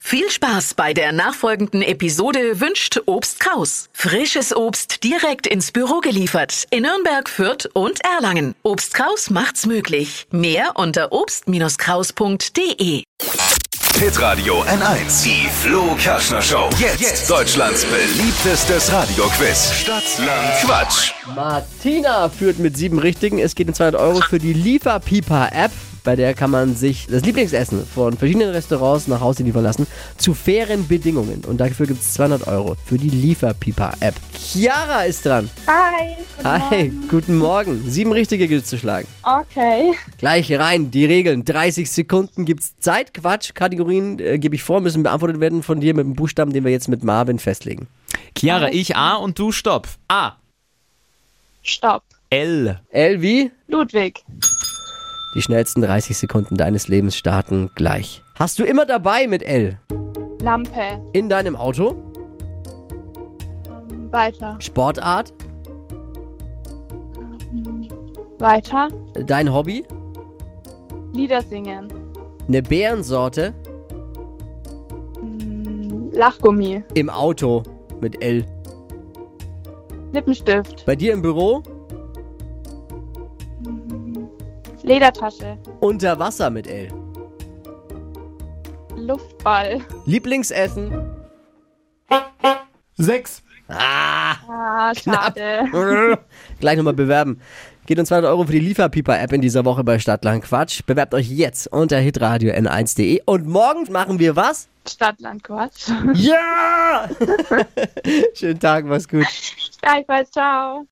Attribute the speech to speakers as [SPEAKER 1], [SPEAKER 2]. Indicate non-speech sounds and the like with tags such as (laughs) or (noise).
[SPEAKER 1] Viel Spaß bei der nachfolgenden Episode wünscht Obst Kraus. Frisches Obst direkt ins Büro geliefert in Nürnberg, Fürth und Erlangen. Obst Kraus macht's möglich. Mehr unter obst-kraus.de.
[SPEAKER 2] Pit Radio N1. Die Flo Kaschner Show. Jetzt. Deutschlands beliebtestes Radioquiz. Stadt, Land, Quatsch.
[SPEAKER 3] Martina führt mit sieben Richtigen. Es geht in 200 Euro für die Lieferpipa-App. Bei der kann man sich das Lieblingsessen von verschiedenen Restaurants nach Hause liefern lassen. Zu fairen Bedingungen. Und dafür gibt es 200 Euro für die Lieferpipa-App. Chiara ist dran.
[SPEAKER 4] Hi. guten
[SPEAKER 3] Hi, guten Morgen. Sieben Richtige gilt zu schlagen.
[SPEAKER 4] Morgen. Okay.
[SPEAKER 3] Gleich rein, die Regeln. 30 Sekunden gibt's Zeit. Quatsch, Kategorien äh, gebe ich vor, müssen beantwortet werden von dir mit dem Buchstaben, den wir jetzt mit Marvin festlegen.
[SPEAKER 5] Chiara, ich A und du Stopp. A.
[SPEAKER 4] Stopp.
[SPEAKER 5] L.
[SPEAKER 3] L wie?
[SPEAKER 4] Ludwig.
[SPEAKER 3] Die schnellsten 30 Sekunden deines Lebens starten gleich. Hast du immer dabei mit L?
[SPEAKER 4] Lampe.
[SPEAKER 3] In deinem Auto?
[SPEAKER 4] Weiter.
[SPEAKER 3] Sportart?
[SPEAKER 4] Weiter.
[SPEAKER 3] Dein Hobby?
[SPEAKER 4] Lieder singen.
[SPEAKER 3] Eine Bärensorte?
[SPEAKER 4] Mm, Lachgummi.
[SPEAKER 3] Im Auto mit L.
[SPEAKER 4] Lippenstift.
[SPEAKER 3] Bei dir im Büro?
[SPEAKER 4] Ledertasche.
[SPEAKER 3] Unter Wasser mit L.
[SPEAKER 4] Luftball.
[SPEAKER 3] Lieblingsessen? (laughs)
[SPEAKER 5] Sechs.
[SPEAKER 4] Ah, schade.
[SPEAKER 3] Gleich nochmal bewerben. Geht uns 200 Euro für die Lieferpieper-App in dieser Woche bei Stadtland Quatsch. Bewerbt euch jetzt unter hitradio n1.de. Und morgen machen wir was?
[SPEAKER 4] Stadtland (laughs) Quatsch.
[SPEAKER 3] Ja! (laughs) Schönen Tag, mach's gut.
[SPEAKER 4] Gleichfalls, ciao.